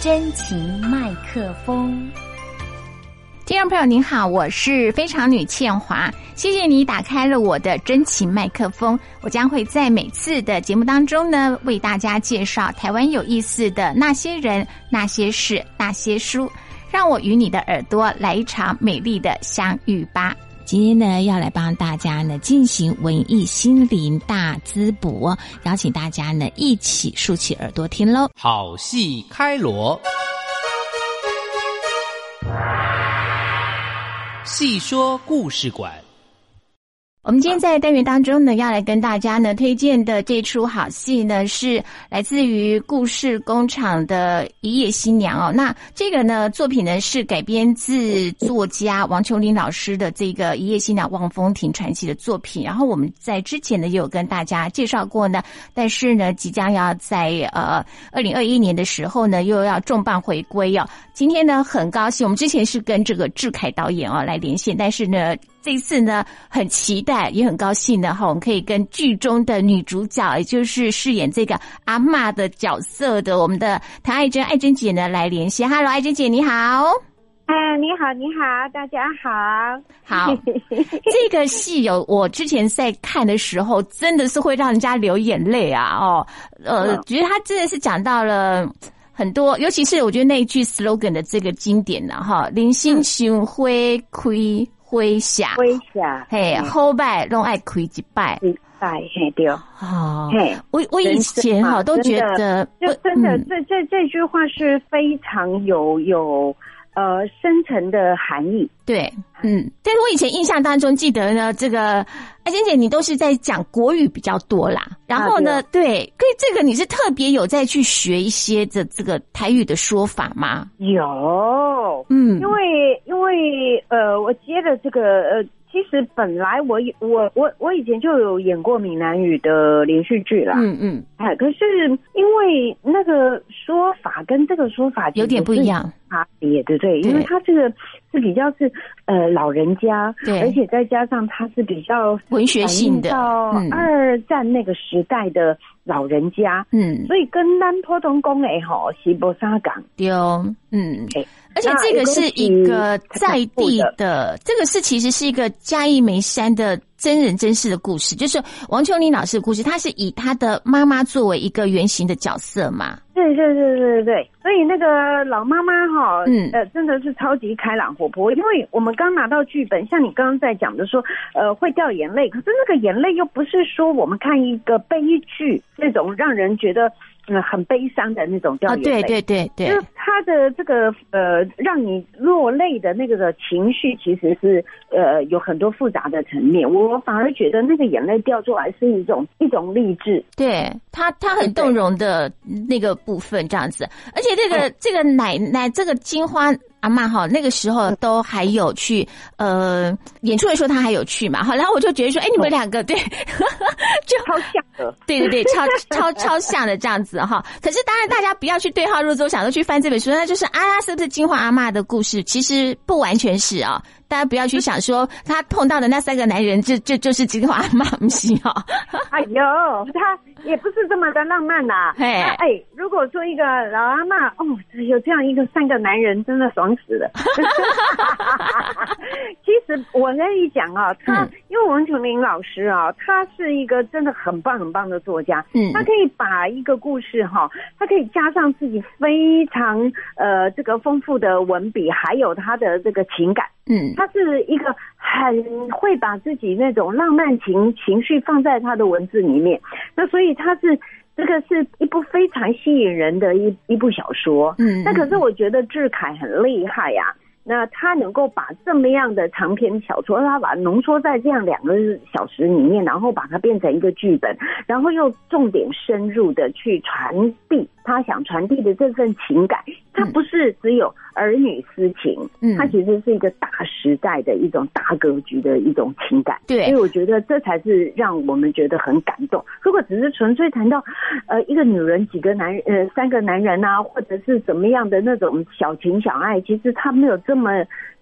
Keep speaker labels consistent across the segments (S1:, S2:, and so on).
S1: 真情麦克风。
S2: 听众朋友您好，我是非常女倩华，谢谢你打开了我的真情麦克风，我将会在每次的节目当中呢，为大家介绍台湾有意思的那些人、那些事、那些书，让我与你的耳朵来一场美丽的相遇吧。
S3: 今天呢，要来帮大家呢进行文艺心灵大滋补哦，邀请大家呢一起竖起耳朵听喽。
S4: 好戏开锣，戏说故事馆。
S2: 我们今天在单元当中呢，要来跟大家呢推荐的这出好戏呢，是来自于故事工厂的《一夜新娘》哦。那这个呢作品呢是改编自作家王秋林老师的这个《一夜新娘·望风亭传奇》的作品。然后我们在之前呢也有跟大家介绍过呢，但是呢即将要在呃二零二一年的时候呢又要重磅回归哦。今天呢很高兴，我们之前是跟这个志凯导演哦来连线，但是呢。这次呢，很期待，也很高兴呢，哈，我们可以跟剧中的女主角，也就是饰演这个阿嬷的角色的我们的谭爱珍爱珍姐呢来联系。Hello，爱珍姐你好。
S5: 哎，你好，你好，大家好。
S2: 好，这个戏有我之前在看的时候，真的是会让人家流眼泪啊！哦，呃，
S5: 嗯
S2: 觉得他真的是讲到了。很多，尤其是我觉得那一句 slogan 的这个经典呢、哈，林心雄灰亏灰霞，
S5: 微笑，
S2: 嘿，后拜弄爱亏几拜
S5: 礼拜，嗯哎嘿，对，
S2: 哦。
S5: 嘿，
S2: 我我以前哈
S5: 人生嘛
S2: 都觉得，
S5: 就
S2: 呃
S5: 真的，
S2: 嗯
S5: 这这这句话是非常有有呃深层的含义。
S2: 对，嗯，但是我以前印象当中记得呢，这个艾珍姐你都是在讲国语比较多啦，然后呢，
S5: 啊
S2: 对，可以这个你是特别有在去学一些的这个台语的说法吗？
S5: 有，
S2: 嗯，
S5: 因为因为呃，我接的这个呃，其实本来我有我我我以前就有演过闽南语的连续剧啦，
S2: 嗯嗯，
S5: 哎，可是因为那个说法跟这个说法
S2: 有点不一，样，
S5: 差别对不
S2: 对
S5: 对？因为他这个是比较是呃老人家，
S2: 对
S5: 而且再加上他是比较
S2: 文学性的，
S5: 反映
S2: 嗯
S5: 到二战那个时代的老人家，
S2: 嗯，
S5: 所以跟咱普通讲的吼是无啥讲。
S2: 丢，嗯
S5: 对，
S2: 而且这个是一个在地的，这个是其实是一个嘉义梅山的真人真事的故事，就是王秋林老师的故事，他是以他的妈妈作为一个原型的角色嘛，
S5: 对对对对对，所以那个老妈妈哈，
S2: 嗯
S5: 呃，真的是超级开朗活泼。因为我们刚拿到剧本，像你刚刚在讲的说，呃，会掉眼泪，可是那个眼泪又不是说我们看一个悲剧那种让人觉得嗯、呃很悲伤的那种掉
S2: 哦，
S5: 眼泪。
S2: 对对对对
S5: 就是，他的这个呃，让你落泪的那个的情绪，其实是呃有很多复杂的层面。我反而觉得那个眼泪掉出来是一种一种励志。
S2: 对他他很动容的那个部分这样子，而且这个
S5: 哦
S2: 这个奶奶这个金花。阿嬷哈，那个时候都还有去，呃，演出的时候她还有去嘛，好，然后我就觉得说，哎、你们两个对，
S5: 超像的，
S2: 对对 对，超超超像的这样子哈。可是当然，大家不要去对号入座，想说去翻这本书，那就是阿拉是不是金花阿嬷的故事？其实不完全是啊、大家不要去想说她碰到的那三个男人，这这就是金花阿嬷，不是啊哈、
S5: 哎呦，他也不是这么的浪漫啦、
S2: 嘿
S5: 那哎，如果说一个老阿妈，哦，有这样一个三个男人，真的爽死 了。其实我跟你讲啊，他、
S2: 嗯
S5: 因为王琼林老师啊，他是一个真的很棒很棒的作家，
S2: 嗯
S5: 他可以把一个故事哈，他可以加上自己非常呃这个丰富的文笔，还有他的这个情感，
S2: 嗯，
S5: 他是一个很会把自己那种浪漫情情绪放在他的文字里面，那所以他是这个是一部非常吸引人的一一部小说。
S2: 嗯
S5: 那可是我觉得志凯很厉害呀、那他能够把这么样的长篇小说，他把它浓缩在这样两个小时里面，然后把它变成一个剧本，然后又重点深入的去传递他想传递的这份情感。他不是只有儿女私情，
S2: 嗯
S5: 它其实是一个大时代的一种大格局的一种情感。
S2: 对
S5: 所以我觉得这才是让我们觉得很感动。如果只是纯粹谈到，呃，一个女人几个男人，呃，三个男人啊，或者是怎么样的那种小情小爱，其实他没有这么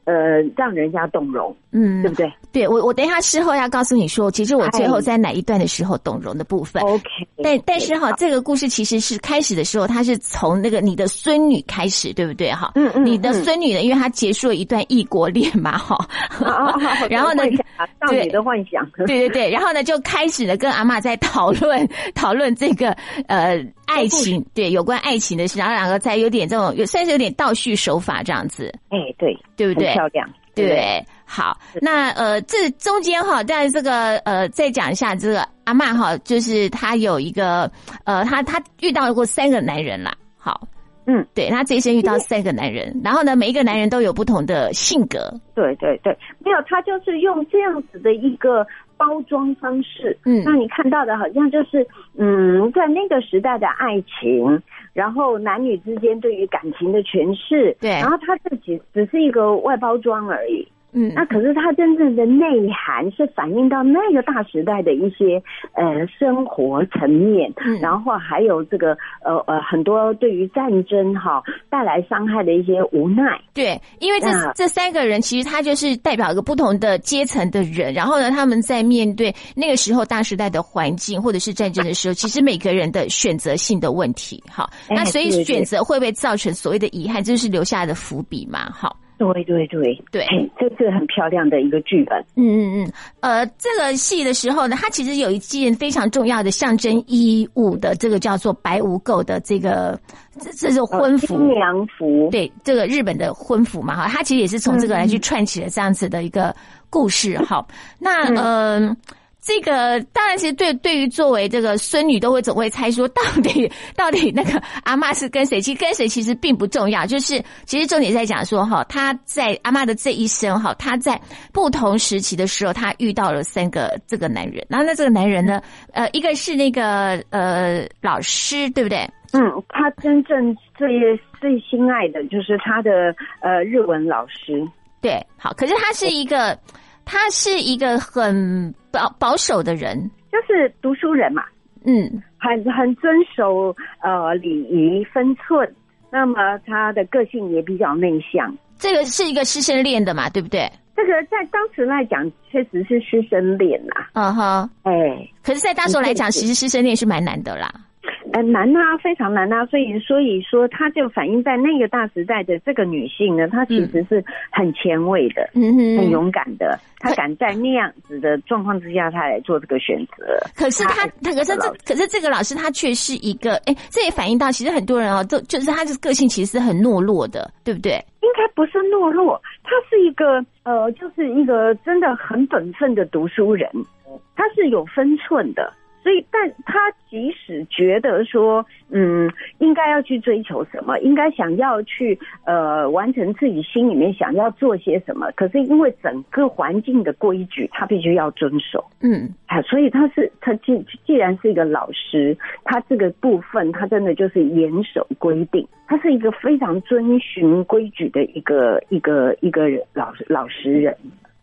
S5: 呃让人家动容，
S2: 嗯
S5: 对不，对
S2: 对我我等一下事后要告诉你说，其实我最后
S5: 哎
S2: 在哪一段的时候懂容的部分。
S5: ？OK，
S2: 但但是哈，
S5: 好
S2: 这个故事其实是开始的时候，它是从那个你的孙女开始，对不对哈？
S5: 嗯嗯，
S2: 你的
S5: 嗯
S2: 孙女呢，因为她结束了一段异国恋嘛哈，
S5: 啊啊啊
S2: 然后呢
S5: 幻想啊少
S2: 对
S5: 女的幻想，
S2: 对对对，然后呢就开始了跟阿嬷在讨论讨论这个呃爱情，对有关爱情的事，然后两个在有点这种有算是有点倒叙手法这样子，
S5: 哎，对，
S2: 对不对
S5: 很？漂亮，对不对
S2: 对，好，那呃，这中间哈，但这个呃，再讲一下这个阿嬷哈，就是她有一个呃，她她遇到过三个男人啦，好，
S5: 嗯，
S2: 对她这一生遇到三个男人，然后呢，每一个男人都有不同的性格，
S5: 对对对，没有，他就是用这样子的一个包装方式，
S2: 嗯
S5: 让你看到的好像就是，嗯，在那个时代的爱情，然后男女之间对于感情的诠释，
S2: 对
S5: 然后他自己只是一个外包装而已，
S2: 嗯
S5: 那可是他真正的内涵是反映到那个大时代的一些呃生活层面，
S2: 嗯
S5: 然后还有这个呃呃很多对于战争哈带来伤害的一些无奈，
S2: 对，因为这、
S5: 那
S2: 这三个人其实他就是代表一个不同的阶层的人，然后呢，他们在面对那个时候大时代的环境或者是战争的时候，其实每个人的选择性的问题，好，
S5: 哎
S2: 那所以
S5: 对对
S2: 选择会不会造成所谓的遗憾，这就是留下的伏笔嘛，好，
S5: 对对对，
S2: 对，
S5: 哎，这是很漂亮的一个剧本。
S2: 嗯嗯嗯，呃，这个戏的时候呢，它其实有一件非常重要的象征衣物的这个叫做白无垢的这个，这这是婚服，
S5: 呃新娘服，
S2: 对这个日本的婚服嘛，哈，它其实也是从这个来去串起了这样子的一个故事，哈。那嗯、呃这个当然，其实对对于作为这个孙女，都会总会猜说，到底 到底那个阿嬷是跟谁？其实跟谁其实并不重要，就是其实重点在讲说，哈，她在阿嬷的这一生，哈，她在不同时期的时候，她遇到了三个这个男人，然后那这个男人呢，呃，一个是那个呃老师，对不对？
S5: 嗯，他真正最最心爱的就是他的呃日文老师，
S2: 对，好，可是他是一个，他是一个很保保守的人，
S5: 就是读书人嘛，
S2: 嗯，
S5: 很很遵守呃礼仪分寸。那么他的个性也比较内向，
S2: 这个是一个师生恋的嘛，对不对？
S5: 这个在当时来讲确实是师生恋啊呐、
S2: 嗯哼，
S5: 哎，
S2: 可是，在大时候来讲，
S5: 你这
S2: 其实师生恋是蛮难的啦。
S5: 呃，难啊，非常难啊，所以所以说，他就反映在那个大时代的这个女性呢，她其实是很前卫的，
S2: 嗯
S5: 很
S2: 哼，
S5: 勇敢的，他敢在那样子的状况之下，他来做这个选择。
S2: 可是他，他可是这，可是这个老师他却是一个，哎，这也反映到其实很多人哦，都就是他的个性其实是很懦弱的，对不对？
S5: 应该不是懦弱，他是一个呃，就是一个真的很本分的读书人，他是有分寸的。所以，但他即使觉得说，嗯，应该要去追求什么，应该想要去呃完成自己心里面想要做些什么，可是因为整个环境的规矩，他必须要遵守。
S2: 嗯，
S5: 啊，所以他是他既既然是一个老师，他这个部分他真的就是严守规定，他是一个非常遵循规矩的一个一个一个人老师老实人。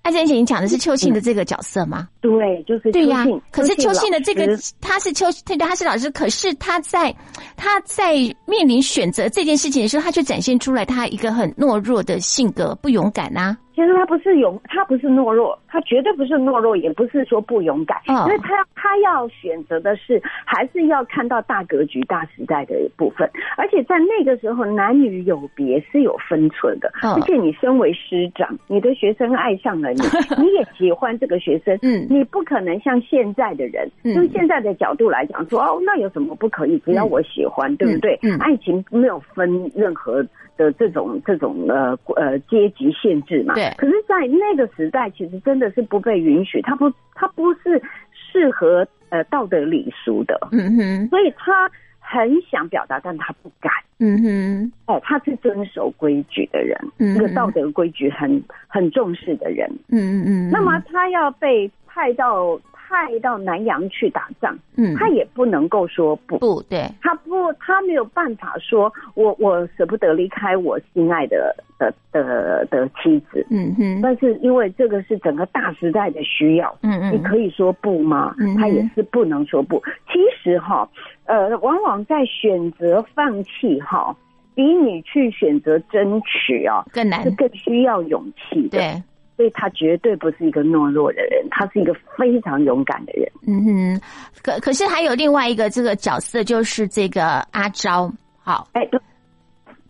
S2: 艾珍姐，你讲的是邱信的这个角色吗？
S5: 对，就是
S2: 对
S5: 邱
S2: 呀、
S5: 信
S2: 可是邱信的这
S5: 老
S2: 个
S5: 师，
S2: 他是邱，对，他是老师，可是他在他在面临选择这件事情的时候，他却展现出来他一个很懦弱的性格，不勇敢啊呐、
S5: 其实他不是勇，他不是懦弱，他绝对不是懦弱，也不是说不勇敢，
S2: 嗯
S5: 因为他他要选择的是还是要看到大格局、大时代的部分，而且在那个时候男女有别是有分寸的，
S2: 嗯
S5: 而且你身为师长，你的学生爱上了你，你也喜欢这个学生，
S2: 嗯
S5: 你不可能像现在的人，
S2: 嗯
S5: 用现在的角度来讲说，哦，那有什么不可以？只要我喜欢，对不对？
S2: 嗯嗯
S5: 爱情没有分任何的这种这种呃呃阶级限制嘛。
S2: 对
S5: 可是，在那个时代，其实真的是不被允许，它不它不是适合呃道德礼俗的，
S2: 嗯哼，
S5: 所以他很想表达，但他不敢。
S2: 嗯哼，
S5: 哎，他是遵守规矩的人，
S2: 嗯
S5: 这个道德规矩很很重视的人。
S2: 嗯嗯嗯。
S5: 那么他要被派到派到南洋去打仗，
S2: 嗯，
S5: 他也不能够说不。
S2: 不对，
S5: 他不，他没有办法说，我我舍不得离开我心爱的的的的妻子，
S2: 嗯哼，
S5: 但是因为这个是整个大时代的需要，
S2: 嗯
S5: 你
S2: 嗯，
S5: 可以说不吗
S2: 嗯？
S5: 他也是不能说不。其实哈，呃，往往在选择放弃哈，比你去选择争取哦，
S2: 更难
S5: 是。更需要勇气的。，
S2: 嗯对，
S5: 所以他绝对不是一个懦弱的人，他是一个非常勇敢的人。
S2: 嗯哼，可可是还有另外一个这个角色，就是这个阿昭。好，
S5: 哎，对，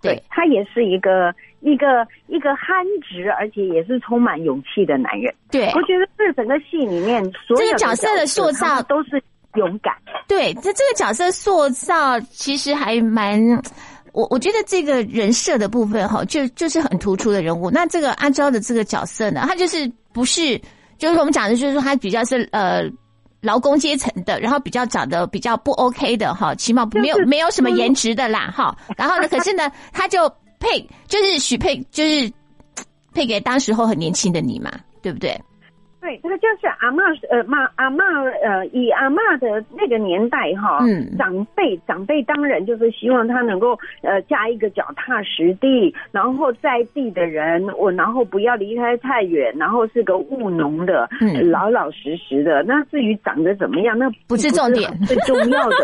S2: 对，
S5: 他也是一个一个一个憨直，而且也是充满勇气的男人。
S2: 对
S5: 我觉得这整个戏里面所
S2: 哎
S5: 有
S2: 这个
S5: 的
S2: 角色的塑造
S5: 他们都是勇敢。
S2: 对，这这个角色塑造其实还蛮，我我觉得这个人设的部分哈，就就是很突出的人物。那这个阿昭的这个角色呢，他就是不是，就是我们讲的，就是说他比较是呃。劳工阶层的，然后比较长得比较不 OK 的哈，起码没有、
S5: 就是嗯
S2: 没有什么颜值的啦哈。然后呢，可是呢，他就配就是许配就是配给当时候很年轻的你嘛，对不对？
S5: 对，这个就是阿嬷呃妈阿嬷呃，以阿嬷的那个年代哈，
S2: 嗯
S5: 长辈长辈当然就是希望他能够呃嫁一个脚踏实地，然后在地的人，我然后不要离开太远，然后是个务农的，
S2: 嗯
S5: 老老实实的。那至于长得怎么样，那
S2: 不是重点
S5: 不是最重 要的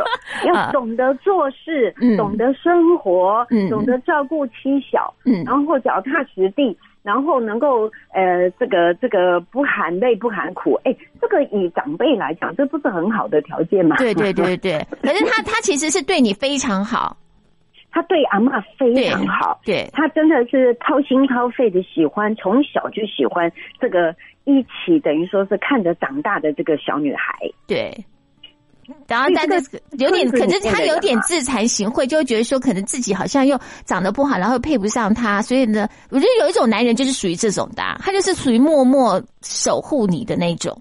S2: 啊
S5: 要懂得做事，
S2: 嗯
S5: 懂得生活，
S2: 嗯
S5: 懂得照顾妻小，
S2: 嗯
S5: 然后脚踏实地，然后能够呃，这个这个不含泪不含苦，哎，这个以长辈来讲，这不是很好的条件吗？
S2: 对对，对对。可是他他其实是对你非常好，
S5: 他对阿嬷非常好，
S2: 对。
S5: 他真的是掏心掏肺的喜欢，从小就喜欢这个一起等于说是看着长大的这个小女孩。
S2: 对。然后
S5: 所，以
S2: 但
S5: 这个
S2: 是有点，
S5: 村
S2: 可
S5: 子
S2: 是
S5: 里面
S2: 他
S5: 的
S2: 有
S5: 人
S2: 点
S5: 啊
S2: 自惭形秽，就会觉得说，可能自己好像又长得不好，然后配不上他，所以呢，我觉得有一种男人就是属于这种的啊、他就是属于默默守护你的那种。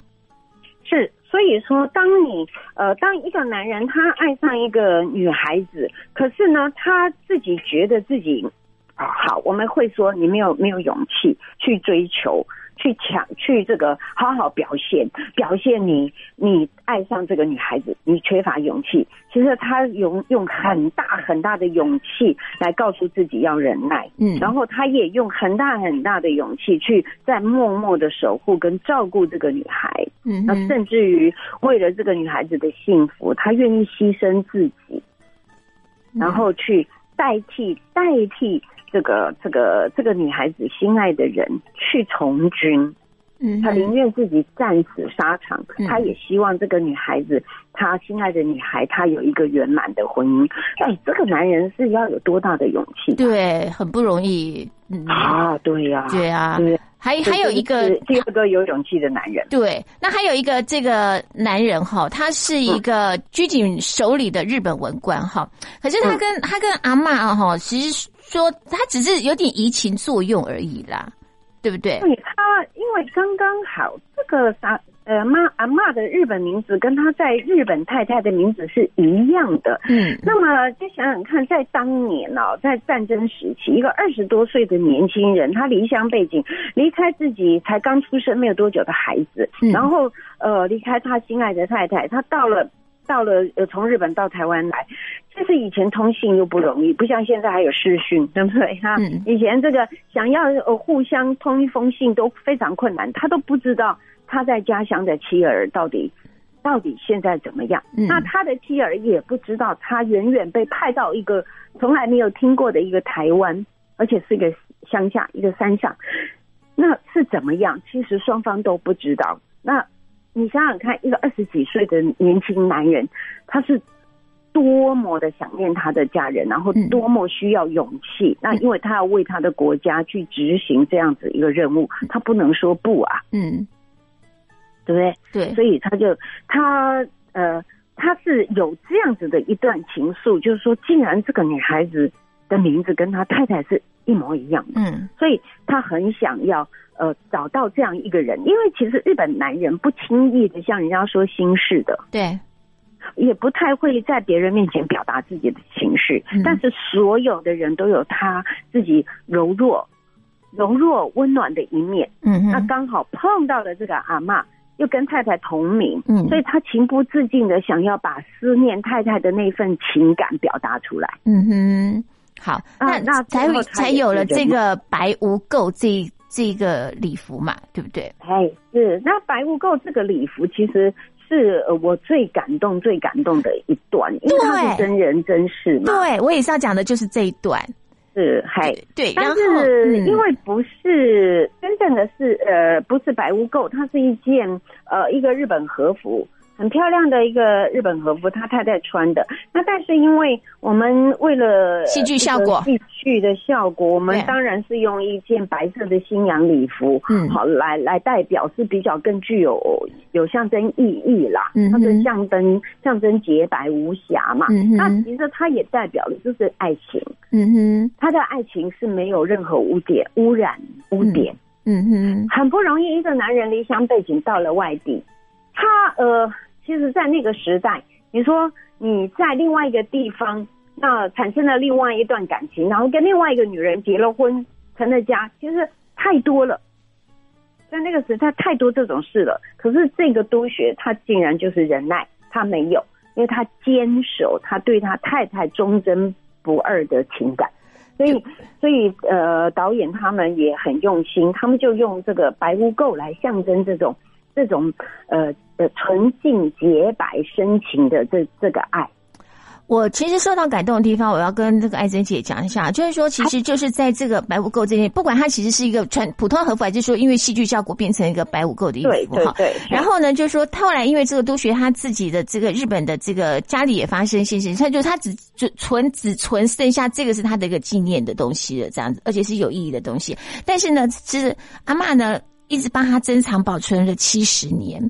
S5: 是，所以说，当你呃，当一个男人他爱上一个女孩子，可是呢，他自己觉得自己啊、好，我们会说你没有没有勇气去追求。去抢，去这个好好表现，表现你你爱上这个女孩子，你缺乏勇气。其实他用用很大很大的勇气来告诉自己要忍耐，
S2: 嗯，
S5: 然后他也用很大很大的勇气去在默默的守护跟照顾这个女孩。
S2: 嗯
S5: 那
S2: 哼，
S5: 甚至于为了这个女孩子的幸福，他愿意牺牲自己，
S2: 嗯
S5: 然后去代替代替这个这个这个女孩子心爱的人去从军。
S2: 嗯
S5: 他
S2: 哼，
S5: 宁愿自己战死沙场
S2: 嗯，
S5: 他也希望这个女孩子，他心爱的女孩，她有一个圆满的婚姻。哎，这个男人是要有多大的勇气？
S2: 对，很不容易。嗯，
S5: 啊，对呀、
S2: 对啊，
S5: 对
S2: 还还有一个
S5: 这就是第二个有勇气的男人。
S2: 对，那还有一个这个男人哈，他是一个拘谨手里的日本文官哈，可是他
S5: 嗯
S2: 跟、他跟阿嬷啊哈，其实说他只是有点移情作用而已啦，对不对？
S5: 对他，因为刚刚好，这个啥呃妈阿嬷的日本名字跟他在日本太太的名字是一样的。
S2: 嗯
S5: 那么就想想看，在当年呢、在战争时期，一个二十多岁的年轻人，他离乡背景，离开自己才刚出生没有多久的孩子，
S2: 嗯
S5: 然后呃离开他心爱的太太，他到了到了呃从日本到台湾来，其实以前通信又不容易，不像现在还有视讯， 对不对？哈、
S2: 嗯
S5: 以前这个想要呃互相通一封信都非常困难，他都不知道他在家乡的妻儿到底到底现在怎么样。
S2: 嗯
S5: 那他的妻儿也不知道，他远远被派到一个从来没有听过的一个台湾，而且是一个乡下一个山上，那是怎么样？其实双方都不知道。那你想想看，一个二十几岁的年轻男人，他是多么的想念他的家人，然后
S2: 嗯
S5: 多么需要勇气。那因为他要为他的国家去执行这样子一个任务，他不能说不啊，
S2: 嗯，
S5: 对不对？
S2: 对，
S5: 所以他就他呃，他是有这样子的一段情愫，就是说，竟然这个女孩子的名字跟他太太是一模一样的，
S2: 嗯
S5: 所以他很想要呃找到这样一个人，因为其实日本男人不轻易的向人家说心事的，
S2: 对，
S5: 也不太会在别人面前表达自己的情绪，
S2: 嗯
S5: 但是所有的人都有他自己柔弱、柔弱温暖的一面。
S2: 嗯
S5: 那
S2: 哼，
S5: 刚好碰到了这个阿嬷，又跟太太同名，
S2: 嗯
S5: 所以他情不自禁的想要把思念太太的那份情感表达出来。
S2: 嗯哼，好，那
S5: 啊那
S2: 才
S5: 最后他
S2: 才
S5: 也
S2: 有了
S5: 是人
S2: 这个白无垢这这个礼服嘛，对不对？
S5: 哎，是那白无垢这个礼服，其实是呃我最感动、最感动的一段，因为它
S2: 对
S5: 是真人真事嘛。
S2: 对，我也是要讲的就是这一段，
S5: 是，嗨。
S2: 对，然
S5: 但
S2: 后
S5: 是
S2: 嗯
S5: 因为不是真正的是呃，不是白污垢，它是一件呃一个日本和服，很漂亮的一个日本和服，他太太穿的。那但是因为我们为了
S2: 戏剧效果
S5: 这个戏剧的效果，我们
S2: 对
S5: 当然是用一件白色的新娘礼服，
S2: 嗯
S5: 好来来代表是比较更具有有象征意义啦，
S2: 嗯
S5: 它
S2: 哼
S5: 是象征象征洁白无瑕嘛。
S2: 嗯
S5: 那
S2: 哼，
S5: 其实它也代表了就是爱情。
S2: 嗯哼，
S5: 他的爱情是没有任何污点、污染、污点。
S2: 嗯哼，
S5: 很不容易，一个男人离乡背景到了外地，他呃，其实，在那个时代，你说你在另外一个地方，那产生了另外一段感情，然后跟另外一个女人结了婚，成了家，其实太多了。在那个时代，太多这种事了。可是这个督学，他竟然就是忍耐，他没有，因为他坚守他对他太太忠贞不二的情感。所以，所以呃，导演他们也很用心，他们就用这个白污垢来象征这种这种呃呃纯净洁白深情的这这个爱。
S2: 我其实受到感动的地方，我要跟这个艾珍姐讲一下，就是说，其实就是在这个白无垢这件，不管它其实是一个穿普通和服，还是说因为戏剧效果变成一个白无垢的衣
S5: 对
S2: 服
S5: 对
S2: 哈。
S5: 对，
S2: 然后呢，就是说，他后来因为这个督学他自己的这个日本的这个家里也发生一些事情，他就他只只存只存剩下这个是他的一个纪念的东西了，这样子，而且是有意义的东西。但是呢，其实阿嬷呢一直帮他珍藏保存了七十年。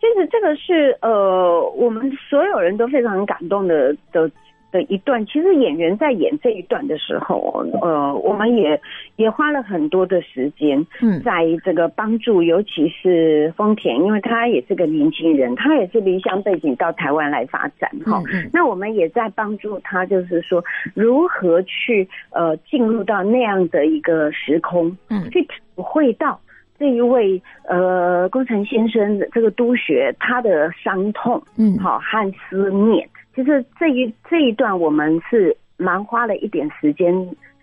S5: 其实这个是呃，我们所有人都非常感动的的的一段。其实演员在演这一段的时候，呃，我们也也花了很多的时间，
S2: 嗯
S5: 在这个帮助，尤其是丰田，因为他也是个年轻人，他也是离乡背景到台湾来发展哈。
S2: 嗯嗯
S5: 那我们也在帮助他，就是说如何去呃进入到那样的一个时空，
S2: 嗯
S5: 去体会到这一位呃工程先生的这个督学他的伤痛，
S2: 嗯
S5: 好和思念。其实这一这一段我们是蛮花了一点时间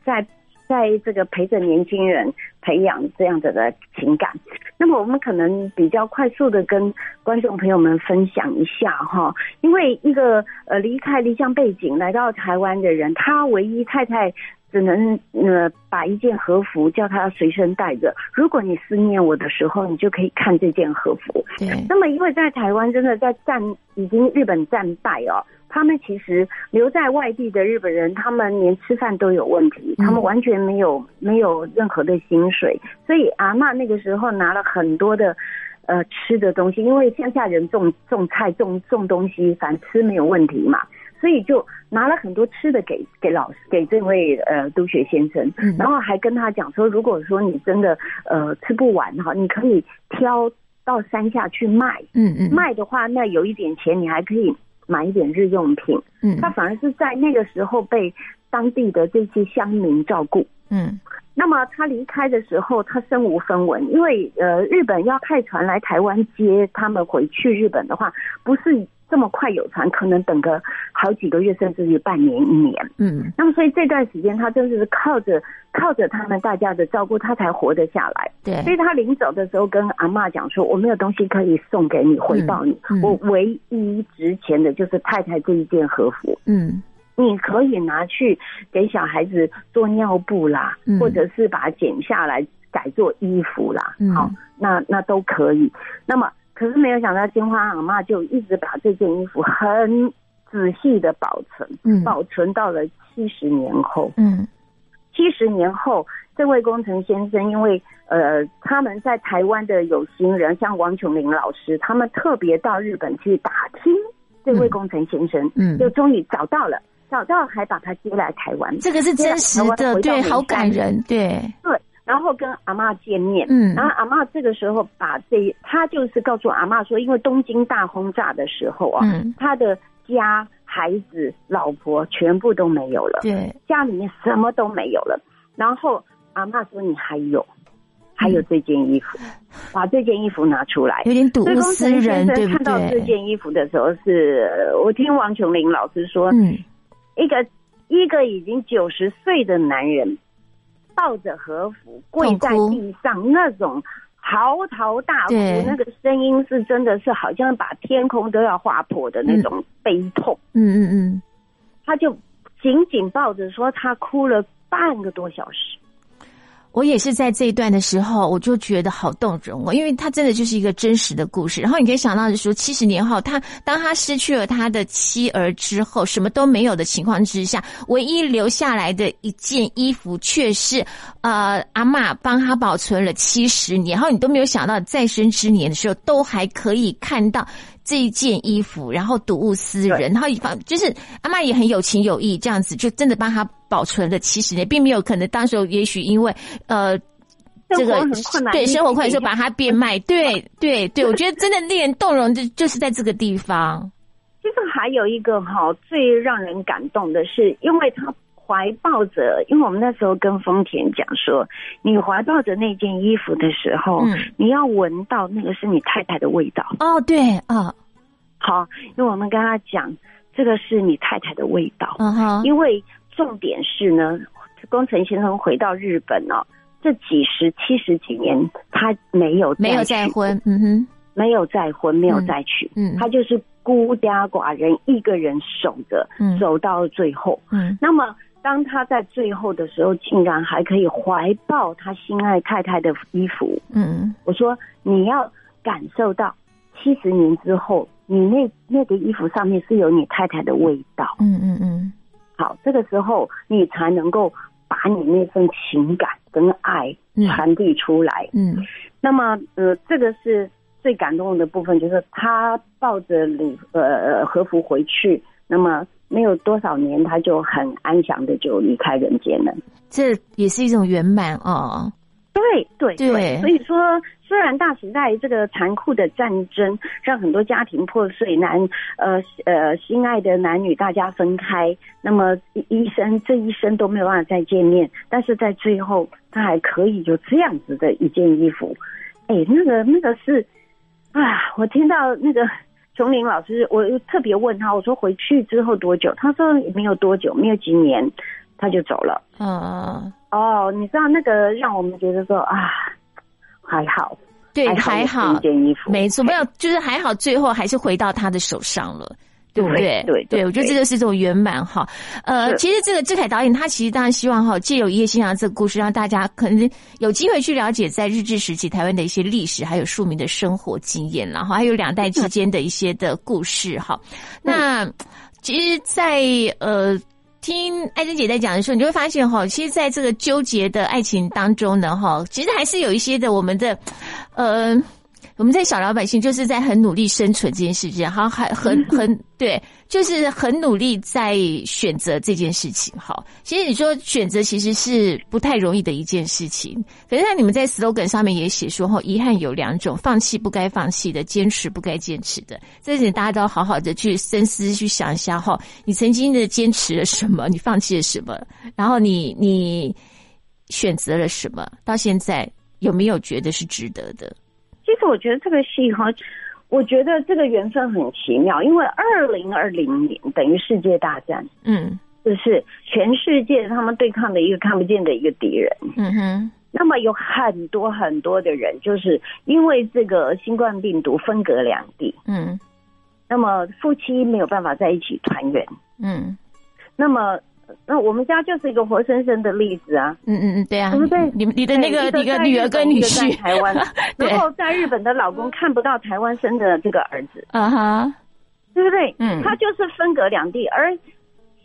S5: 在在这个陪着年轻人培养这样子的情感。那么我们可能比较快速的跟观众朋友们分享一下哈，因为一个呃离开离乡背景来到台湾的人，他唯一太太只能呃把一件和服叫他随身带着。如果你思念我的时候，你就可以看这件和服。
S2: 对，
S5: 那么，因为在台湾真的在战已经日本战败哦，他们其实留在外地的日本人，他们连吃饭都有问题，
S2: 嗯
S5: 他们完全没有没有任何的薪水，所以阿嬷那个时候拿了很多的。呃，吃的东西，因为乡下人种种菜、种种东西，反正吃没有问题嘛，所以就拿了很多吃的给给老师，给这位呃督学先生，
S2: 嗯
S5: 然后还跟他讲说，如果说你真的呃吃不完哈，你可以挑到山下去卖，
S2: 嗯嗯
S5: 卖的话那有一点钱，你还可以买一点日用品。
S2: 嗯
S5: 他反而是在那个时候被当地的这些乡民照顾。
S2: 嗯
S5: 那么他离开的时候，他身无分文，因为呃，日本要派船来台湾接他们回去日本的话，不是这么快有船，可能等个好几个月，甚至于半年一年。
S2: 嗯
S5: 那么所以这段时间，他真的是靠着靠着他们大家的照顾，他才活得下来。
S2: 对
S5: 所，以他临走的时候跟阿嬷讲说：“我没有东西可以送给你，回报你，
S2: 嗯嗯
S5: 我唯一值钱的就是太太这一件和服，
S2: 嗯
S5: 你可以拿去给小孩子做尿布啦，
S2: 嗯
S5: 或者是把它剪下来改做衣服啦，
S2: 嗯
S5: 好，那那都可以。那么可是没有想到金花阿嬷就一直把这件衣服很仔细的保存，
S2: 嗯
S5: 保存到了七十年后。
S2: 嗯
S5: 七十年后，这位工程先生因为呃，他们在台湾的有心人，像王琼林老师，他们特别到日本去打听这位工程先生，
S2: 嗯
S5: 就终于找到了，找到还把他接来台湾，
S2: 这个是真实的，对，好感人，对，
S5: 然后跟阿嬷见面。
S2: 嗯
S5: 然后阿嬷这个时候把这，他就是告诉阿嬷说，因为东京大轰炸的时候啊，
S2: 嗯，
S5: 他的家、孩子、老婆全部都没有了。
S2: 对，
S5: 家里面什么都没有了。然后阿嬷说：“你还有，
S2: 嗯
S5: 还有这件衣服，把这件衣服拿出来。”
S2: 有点睹
S5: 所以
S2: 物
S5: 工
S2: 思
S5: 程
S2: 人
S5: 先，
S2: 对
S5: 生
S2: 不
S5: 看到这
S2: 对？
S5: 件衣服的时候是，呃我听王琼林老师说，
S2: 嗯
S5: 一个一个已经九十岁的男人，抱着和服跪在
S2: 痛哭
S5: 地上，那种嚎啕大哭
S2: 对，
S5: 那个声音是真的是好
S2: 嗯
S5: 像把天空都要划破的那种悲痛。
S2: 嗯嗯
S5: 他就紧紧抱着说他哭了半个多小时。
S2: 我也是在这一段的时候，我就觉得好动容哦，因为它真的就是一个真实的故事。然后你可以想到的是说，七十年后，他当他失去了他的妻儿之后，什么都没有的情况之下，唯一留下来的一件衣服却是呃阿嬷帮他保存了七十年。然后你都没有想到，在生之年的时候，都还可以看到。这一件衣服，然后睹物思人，然后一方就是阿妈也很有情有义，这样子就真的帮他保存了七十年，并没有可能当时候也许因为呃这
S5: 生活
S2: 个
S5: 很困难，
S2: 对生活困难就
S5: 就
S2: 把它变 卖，对对对，我觉得真的令人动容的就是在这个地方，
S5: 其实还有一个哈、最让人感动的是，因为他怀抱着，因为我们那时候跟丰田讲说，你怀抱着那件衣服的时候，
S2: 嗯，
S5: 你要闻到那个是你太太的味道。
S2: 哦对，哦，
S5: 好，因为我们跟他讲，这个是你太太的味道。
S2: 嗯哼，
S5: 因为重点是呢，工程先生回到日本哦，这几十七十几年他没有
S2: 没有
S5: 娶
S2: 再婚，嗯哼，
S5: 没有再婚，没有再娶，
S2: 嗯
S5: 他就是孤家寡人，一个人守着，
S2: 嗯
S5: 走到最后。
S2: 嗯
S5: 那么，当他在最后的时候，竟然还可以怀抱他心爱太太的衣服，
S2: 嗯
S5: 我说你要感受到七十年之后，你那那个衣服上面是有你太太的味道。
S2: 嗯嗯嗯，
S5: 好，这个时候你才能够把你那份情感跟爱
S2: 嗯
S5: 传递出来。
S2: 嗯
S5: 那么，呃，这个是最感动的部分，就是他抱着礼呃和服回去，那么没有多少年，他就很安详的就离开人间了。
S2: 这也是一种圆满哦，
S5: 对对
S2: 对
S5: 所以说，虽然大时代这个残酷的战争让很多家庭破碎，男呃呃心爱的男女大家分开，那么一一生这一生都没有办法再见面，但是在最后他还可以有这样子的一件衣服，哎，那个那个是啊，我听到那个。 琼林老师，我又特别问他，我说回去之后多久？他说没有多久，没有几年，他就走了。
S2: 嗯。
S5: 哦，你知道那个让我们觉得说啊，还好，
S2: 对，
S5: 还
S2: 还
S5: 好有
S2: 好
S5: 一，件衣服，哎
S2: 没错，没有，就是还好，最后还是回到他的手上了。对不对？
S5: 对对对
S2: 我觉得这就是一种圆满哈。呃，
S5: 是
S2: 其实这个志凯导演他其实当然希望哈，借由《一夜新娘》这个故事，让大家可能有机会去了解在日治时期台湾的一些历史，还有庶民的生活经验，然后还有两代
S5: 嗯
S2: 之间的一些的故事哈。那其实在，呃。听艾珍姐在讲的时候，你就会发现哈，其实在这个纠结的爱情当中呢，哈，其实还是有一些的我们的，呃，我们在小老百姓就是在很努力生存这件事情，好，还很很对，就是很努力在选择这件事情。好，其实你说选择其实是不太容易的一件事情，可是在你们在 slogan 上面也写说，哈，遗憾有两种，放弃不该放弃的，坚持不该坚持的。这点大家都要好好的去深思，去想一下哈，你曾经的坚持了什么，你放弃了什么，然后你你选择了什么，到现在有没有觉得是值得的？
S5: 其实我觉得这个戏哈，我觉得这个缘分很奇妙，因为二零二零年等于世界大战，
S2: 嗯
S5: 就是全世界他们对抗的一个看不见的一个敌人。
S2: 嗯哼，
S5: 那么有很多很多的人，就是因为这个新冠病毒分隔两地，
S2: 嗯
S5: 那么夫妻没有办法在一起团圆。
S2: 嗯
S5: 那么，呃那我们家就是一个活生生的例子啊。
S2: 嗯嗯嗯，对啊，
S5: 对不对
S2: 你你的那个
S5: 对
S2: 你
S5: 一个
S2: 的
S5: 在
S2: 女儿跟
S5: 日本
S2: 女
S5: 一个在
S2: 婿，，
S5: 台湾
S2: 对
S5: 然后在日本的老公看不到台湾生的这个儿子，
S2: 啊哈，
S5: 对不对？
S2: 嗯
S5: 他就是分隔两地，而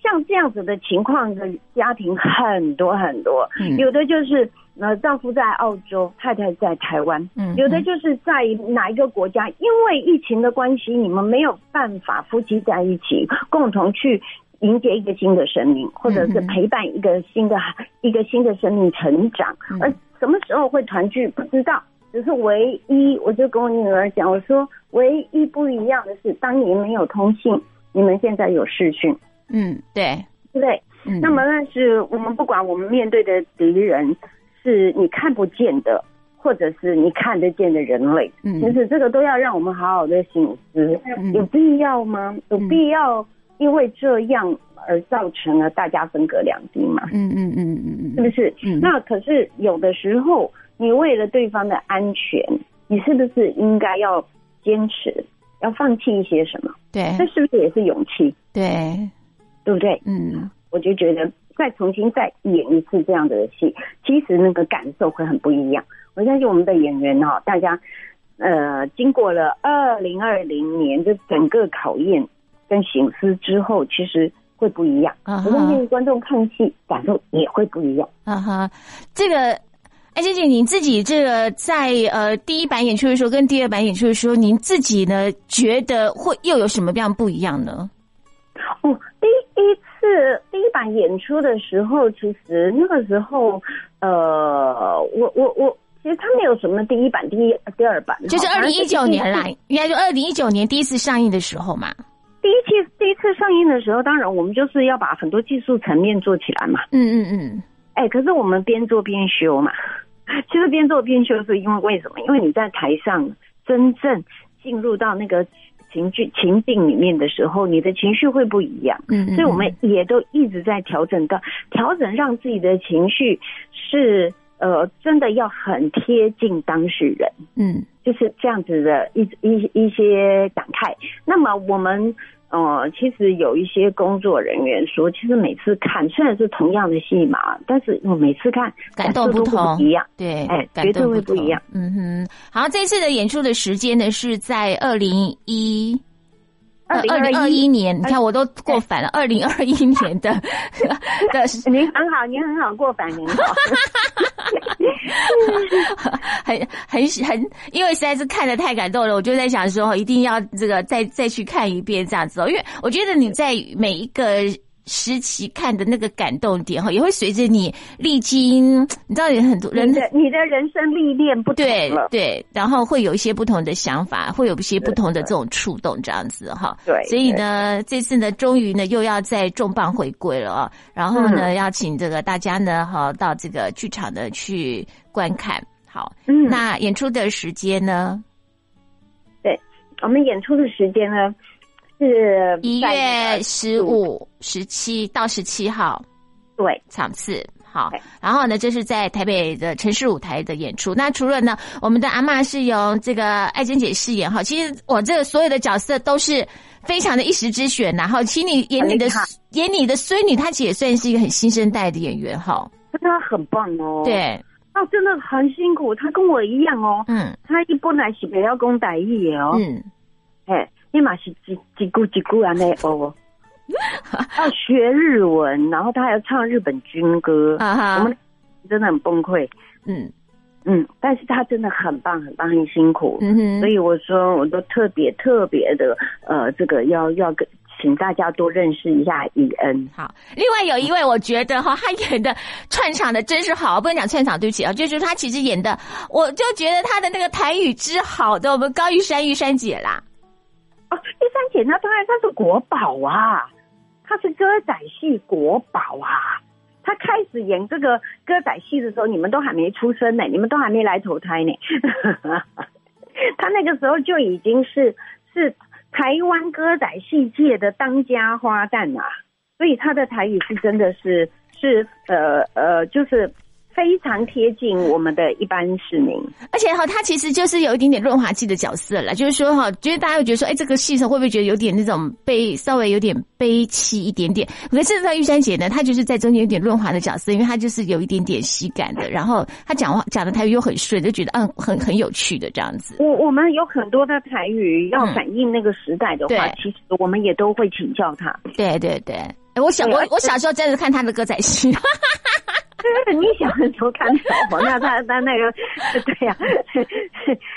S5: 像这样子的情况的家庭很多很多，
S2: 嗯
S5: 有的就是呃丈夫在澳洲，太太在台湾。
S2: 嗯，
S5: 有的就是在哪一个国家，因为疫情的关系，你们没有办法夫妻在一起共同去迎接一个新的生命，或者是
S2: 嗯嗯
S5: 陪伴一个新的一个新的生命成长
S2: 嗯。
S5: 而什么时候会团聚，不知道。只是唯一，我就跟我女儿讲，我说唯一不一样的是，当年没有通信，你们现在有视讯，
S2: 嗯对，
S5: 对不对？
S2: 嗯
S5: 那么，但是我们不管我们面对的敌人是你看不见的，或者是你看得见的人类，
S2: 嗯
S5: 其实这个都要让我们好好的醒思，
S2: 嗯
S5: 有必要吗？有
S2: 嗯
S5: 必要因为这样而造成了大家分隔两地吗？
S2: 嗯嗯嗯嗯
S5: 是
S2: 嗯
S5: 不是？
S2: 嗯
S5: 那可是有的时候，你为了对方的安全，你是不是应该要坚持，要放弃一些什么？
S2: 对
S5: 这是不是也是勇气？
S2: 对，
S5: 对不对？
S2: 嗯
S5: 我我就觉得再重新再演一次这样的戏，其实那个感受会很不一样。我相信我们的演员哈、大家呃，经过了二零二零年的整个考验跟醒思之后，其实会不一样。
S2: 啊
S5: 我相信观众看戏感受也会不一样。
S2: 啊哈，这个。哎，姐姐，你自己这个在呃第一版演出的时候，跟第二版演出的时候，您自己呢觉得会又有什么样不一样呢？
S5: 哦，第一次第一版演出的时候，其实那个时候，呃，我我我，其实它没有什么第一版、第一第二版，
S2: 就是
S5: 好
S2: 二
S5: 像
S2: 零一九年啦
S5: 第一，
S2: 应该就二零一九年第一次上映的时候嘛。
S5: 第一期第一次上映的时候，当然我们就是要把很多技术层面做起来嘛。
S2: 嗯嗯嗯，
S5: 哎，可是我们边做边修嘛。 其实边做边修是因为为什么？因为你在台上真正进入到那个情绪情境里面的时候，你的情绪会不一样。
S2: 嗯，嗯
S5: 所以我们也都一直在调整到调整，让自己的情绪是呃真的要很贴近当事人，
S2: 嗯
S5: 就是这样子的一一一些感慨。那么我们呃其实有一些工作人员说，其实每次看虽然是同样的戏码，但是我每次看
S2: 感动
S5: 受
S2: 不
S5: 都会
S2: 同
S5: 不一样。
S2: 对，
S5: 哎
S2: 感
S5: 绝
S2: 动
S5: 对会不
S2: 同
S5: 一样。
S2: 嗯哼，好，这次的演出的时间呢是在二零一。
S5: 二零
S2: 零
S5: 二哎
S2: 二一年，你看我都过反了。二零二一年 的的
S5: 您很好，您很好，过反您好。哎
S2: 很很很，因为实在是看的太感动了，我就在想说，一定要这个再再去看一遍这样子哦，因为我觉得你在每一个。时期看的那个感动点哈，也会随着你历经，你知道有很多 人
S5: 你的你的人生历练不同
S2: 对
S5: 了，
S2: 对，然后会有一些不同的想法，会有一些不同的这种触动，这样子哈。
S5: 对
S2: 所以呢，这次呢，终于呢又要再重磅回归了啊、然后呢，要请这个大家呢哈到这个剧场呢去观看。好，
S5: 嗯
S2: 那演出的时间呢？
S5: 我们演出的时间呢是
S2: 一
S5: 在那
S2: 月
S5: 个
S2: 十五、十七到十七号
S5: 对，
S2: 场次。好
S5: 对，
S2: 然后呢，这是在台北的城市舞台的演出。那除了呢，我们的阿嬷是由这个艾珍姐饰演哈。其实我这所有的角色都是非常的一时之选呐、然后，请你演你的
S5: 很厉害
S2: 演你的孙女，她其实也算是一个很新生代的演员哈。
S5: 真的很棒哦。，
S2: 对，
S5: 哦，真的很辛苦，他跟我一样哦，
S2: 嗯
S5: 他一本来是不要讲台语的哦，
S2: 嗯，
S5: 哎、你嘛是几几句几句安尼 学哦，要学日文，然后他还要唱日本军歌，
S2: 啊
S5: 我
S2: 哈
S5: 们，真的很崩溃。
S2: 嗯
S5: 嗯，但是他真的很棒，很棒，很辛苦。
S2: 嗯哼，
S5: 所以我说，我都特别特别的，呃，这个要要跟请大家多认识一下嗯伊恩。
S2: 好，另外有一位我觉得哈，他演的串场的真是好，不能讲串场，对不起啊，就是他其实演的，我就觉得他的那个台语之好的，我们高玉山玉山姐啦，
S5: 哦，第三姐，那当然她是国宝啊，她是歌仔戏国宝啊。她开始演这个歌仔戏的时候，你们都还没出生呢，你们都还没来投胎呢。 她那个时候就已经是是台湾歌仔戏界的当家花旦啊，所以她的台语是真的是是呃呃，就是非常贴近我们的一般市民。
S2: 而且哈，他其实就是有一点点润滑剂的角色了，就是说哈，觉得大家会觉得说，哎，这个戏上会不会觉得有点那种悲，稍微有点悲戚一点点？可是事实上，玉山姐呢，她就是在中间有点润滑的角色，因为她就是有一点点喜感的，然后她讲话讲的台语又很顺，就觉得嗯，很很有趣的这样子。
S5: 我我们有很多的台语要
S2: 嗯
S5: 反映那个时代的话，
S2: 对
S5: 其实我们也都会请教他。
S2: 对对对，哎我小
S5: 对
S2: 我
S5: 而且
S2: 我小时候真的看他的歌仔戏，
S5: 你小的时候看 小红，那他他那个， 对呀、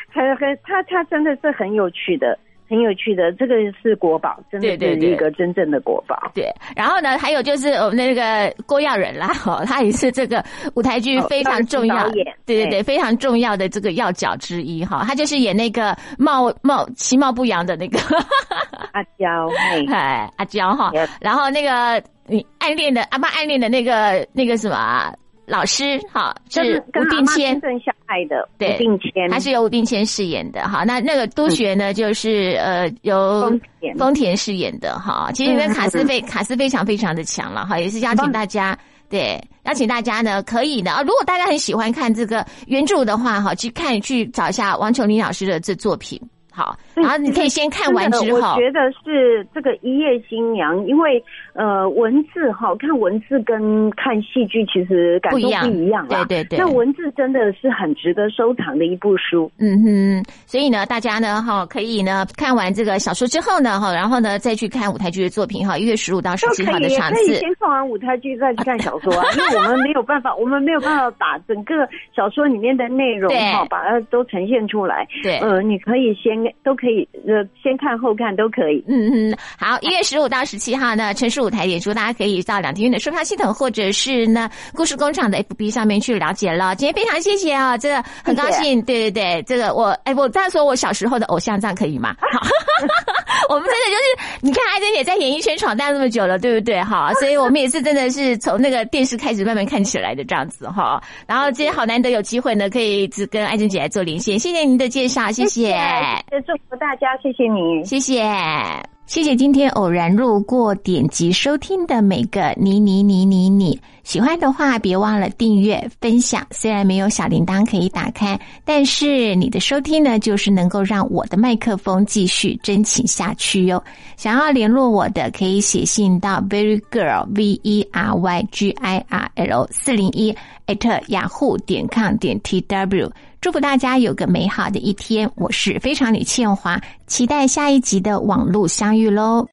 S5: 很很他他真的是很有趣的，很有趣的，这个是国宝，真的
S2: 对
S5: 是
S2: 对对
S5: 一个真正的国宝。
S2: 对。然后呢，还有就是我们的那个郭耀仁啦， 哦，他也是这个舞台剧
S5: 哦
S2: 非常重
S5: 当
S2: 要，
S5: 然是导演
S2: 对对对，非常重要的这个要角之一哈、他就是演那个貌貌其貌不扬的那个
S5: 阿娇，嘿，
S2: 哎阿娇哈、
S5: Yep
S2: 然后那个你暗恋的阿妈暗恋的那个那个什么啊老师哈、是
S5: 跟
S2: 吴
S5: 跟阿
S2: 定
S5: 妈
S2: 谦
S5: 真。正相爱的
S2: 对
S5: 吴定谦，
S2: 他是由吴定谦饰演的，哈，那那个
S5: 嗯
S2: 督学呢，就是呃由
S5: 丰田
S2: 丰田饰演的哈。其实那
S5: 嗯
S2: 卡斯非卡斯非常非常的强了哈，也是邀请大家对邀请大家呢可以呢啊，如果大家很喜欢看这个原著的话哈，去看去找一下王琼林老师的这作品。好，然后你可以先看完之
S5: 嗯真的
S2: 后
S5: 我，觉得是这个《一夜新娘》，因为呃，文字哈，看文字跟看戏剧其实感
S2: 不
S5: 受
S2: 一样
S5: 不一样啦
S2: 对。对对，
S5: 那文字真的是很值得收藏的一部书。
S2: 嗯哼，所以呢，大家呢哈，可以呢看完这个小说之后呢哈，然后呢再去看舞台剧的作品哈，一月十五到十
S5: 都
S2: 七号
S5: 可
S2: 的
S5: 以，也
S2: 场
S5: 可以
S2: 次。
S5: 先看完舞台剧再去看小说、 啊，因为我们没有办法，我们没有办法把整个小说里面的内容
S2: 对
S5: 哈，把它都呈现出来。
S2: 对，
S5: 呃，你可以先都可以，呃，先看后看都可以。
S2: 嗯嗯，好，一月十五到十七号呢，城市舞台演出，大家可以到两厅院的售票系统，或者是呢故事工厂的 FB 上面去了解了。今天非常谢谢啊，这个很高兴，对对对，这个我哎，我这样说我小时候的偶像，这样可以吗？好，我们真的就是，你看艾珍也在演艺圈闯荡那么久了，对不对？哈，所以我们也是真的是从那个电视开始慢慢看起来的这样子哈。然后今天好难得有机会呢，可以一直跟艾珍姐来做连线，谢谢您的介绍，谢谢
S5: 谢谢祝福大家，谢谢你。
S2: 谢谢。
S3: 谢谢今天偶然路过点击收听的每个你你你你你，喜欢的话别忘了订阅分享。虽然没有小铃铛可以打开，但是你的收听呢，就是能够让我的麦克风继续真情下去哟。想要联络我的，可以写信到 very girl v e r y g i r l 四零一 at yahoo 点 com 点 t w。祝福大家有个美好的一天，我是非常李倩华，期待下一集的网络相遇喽。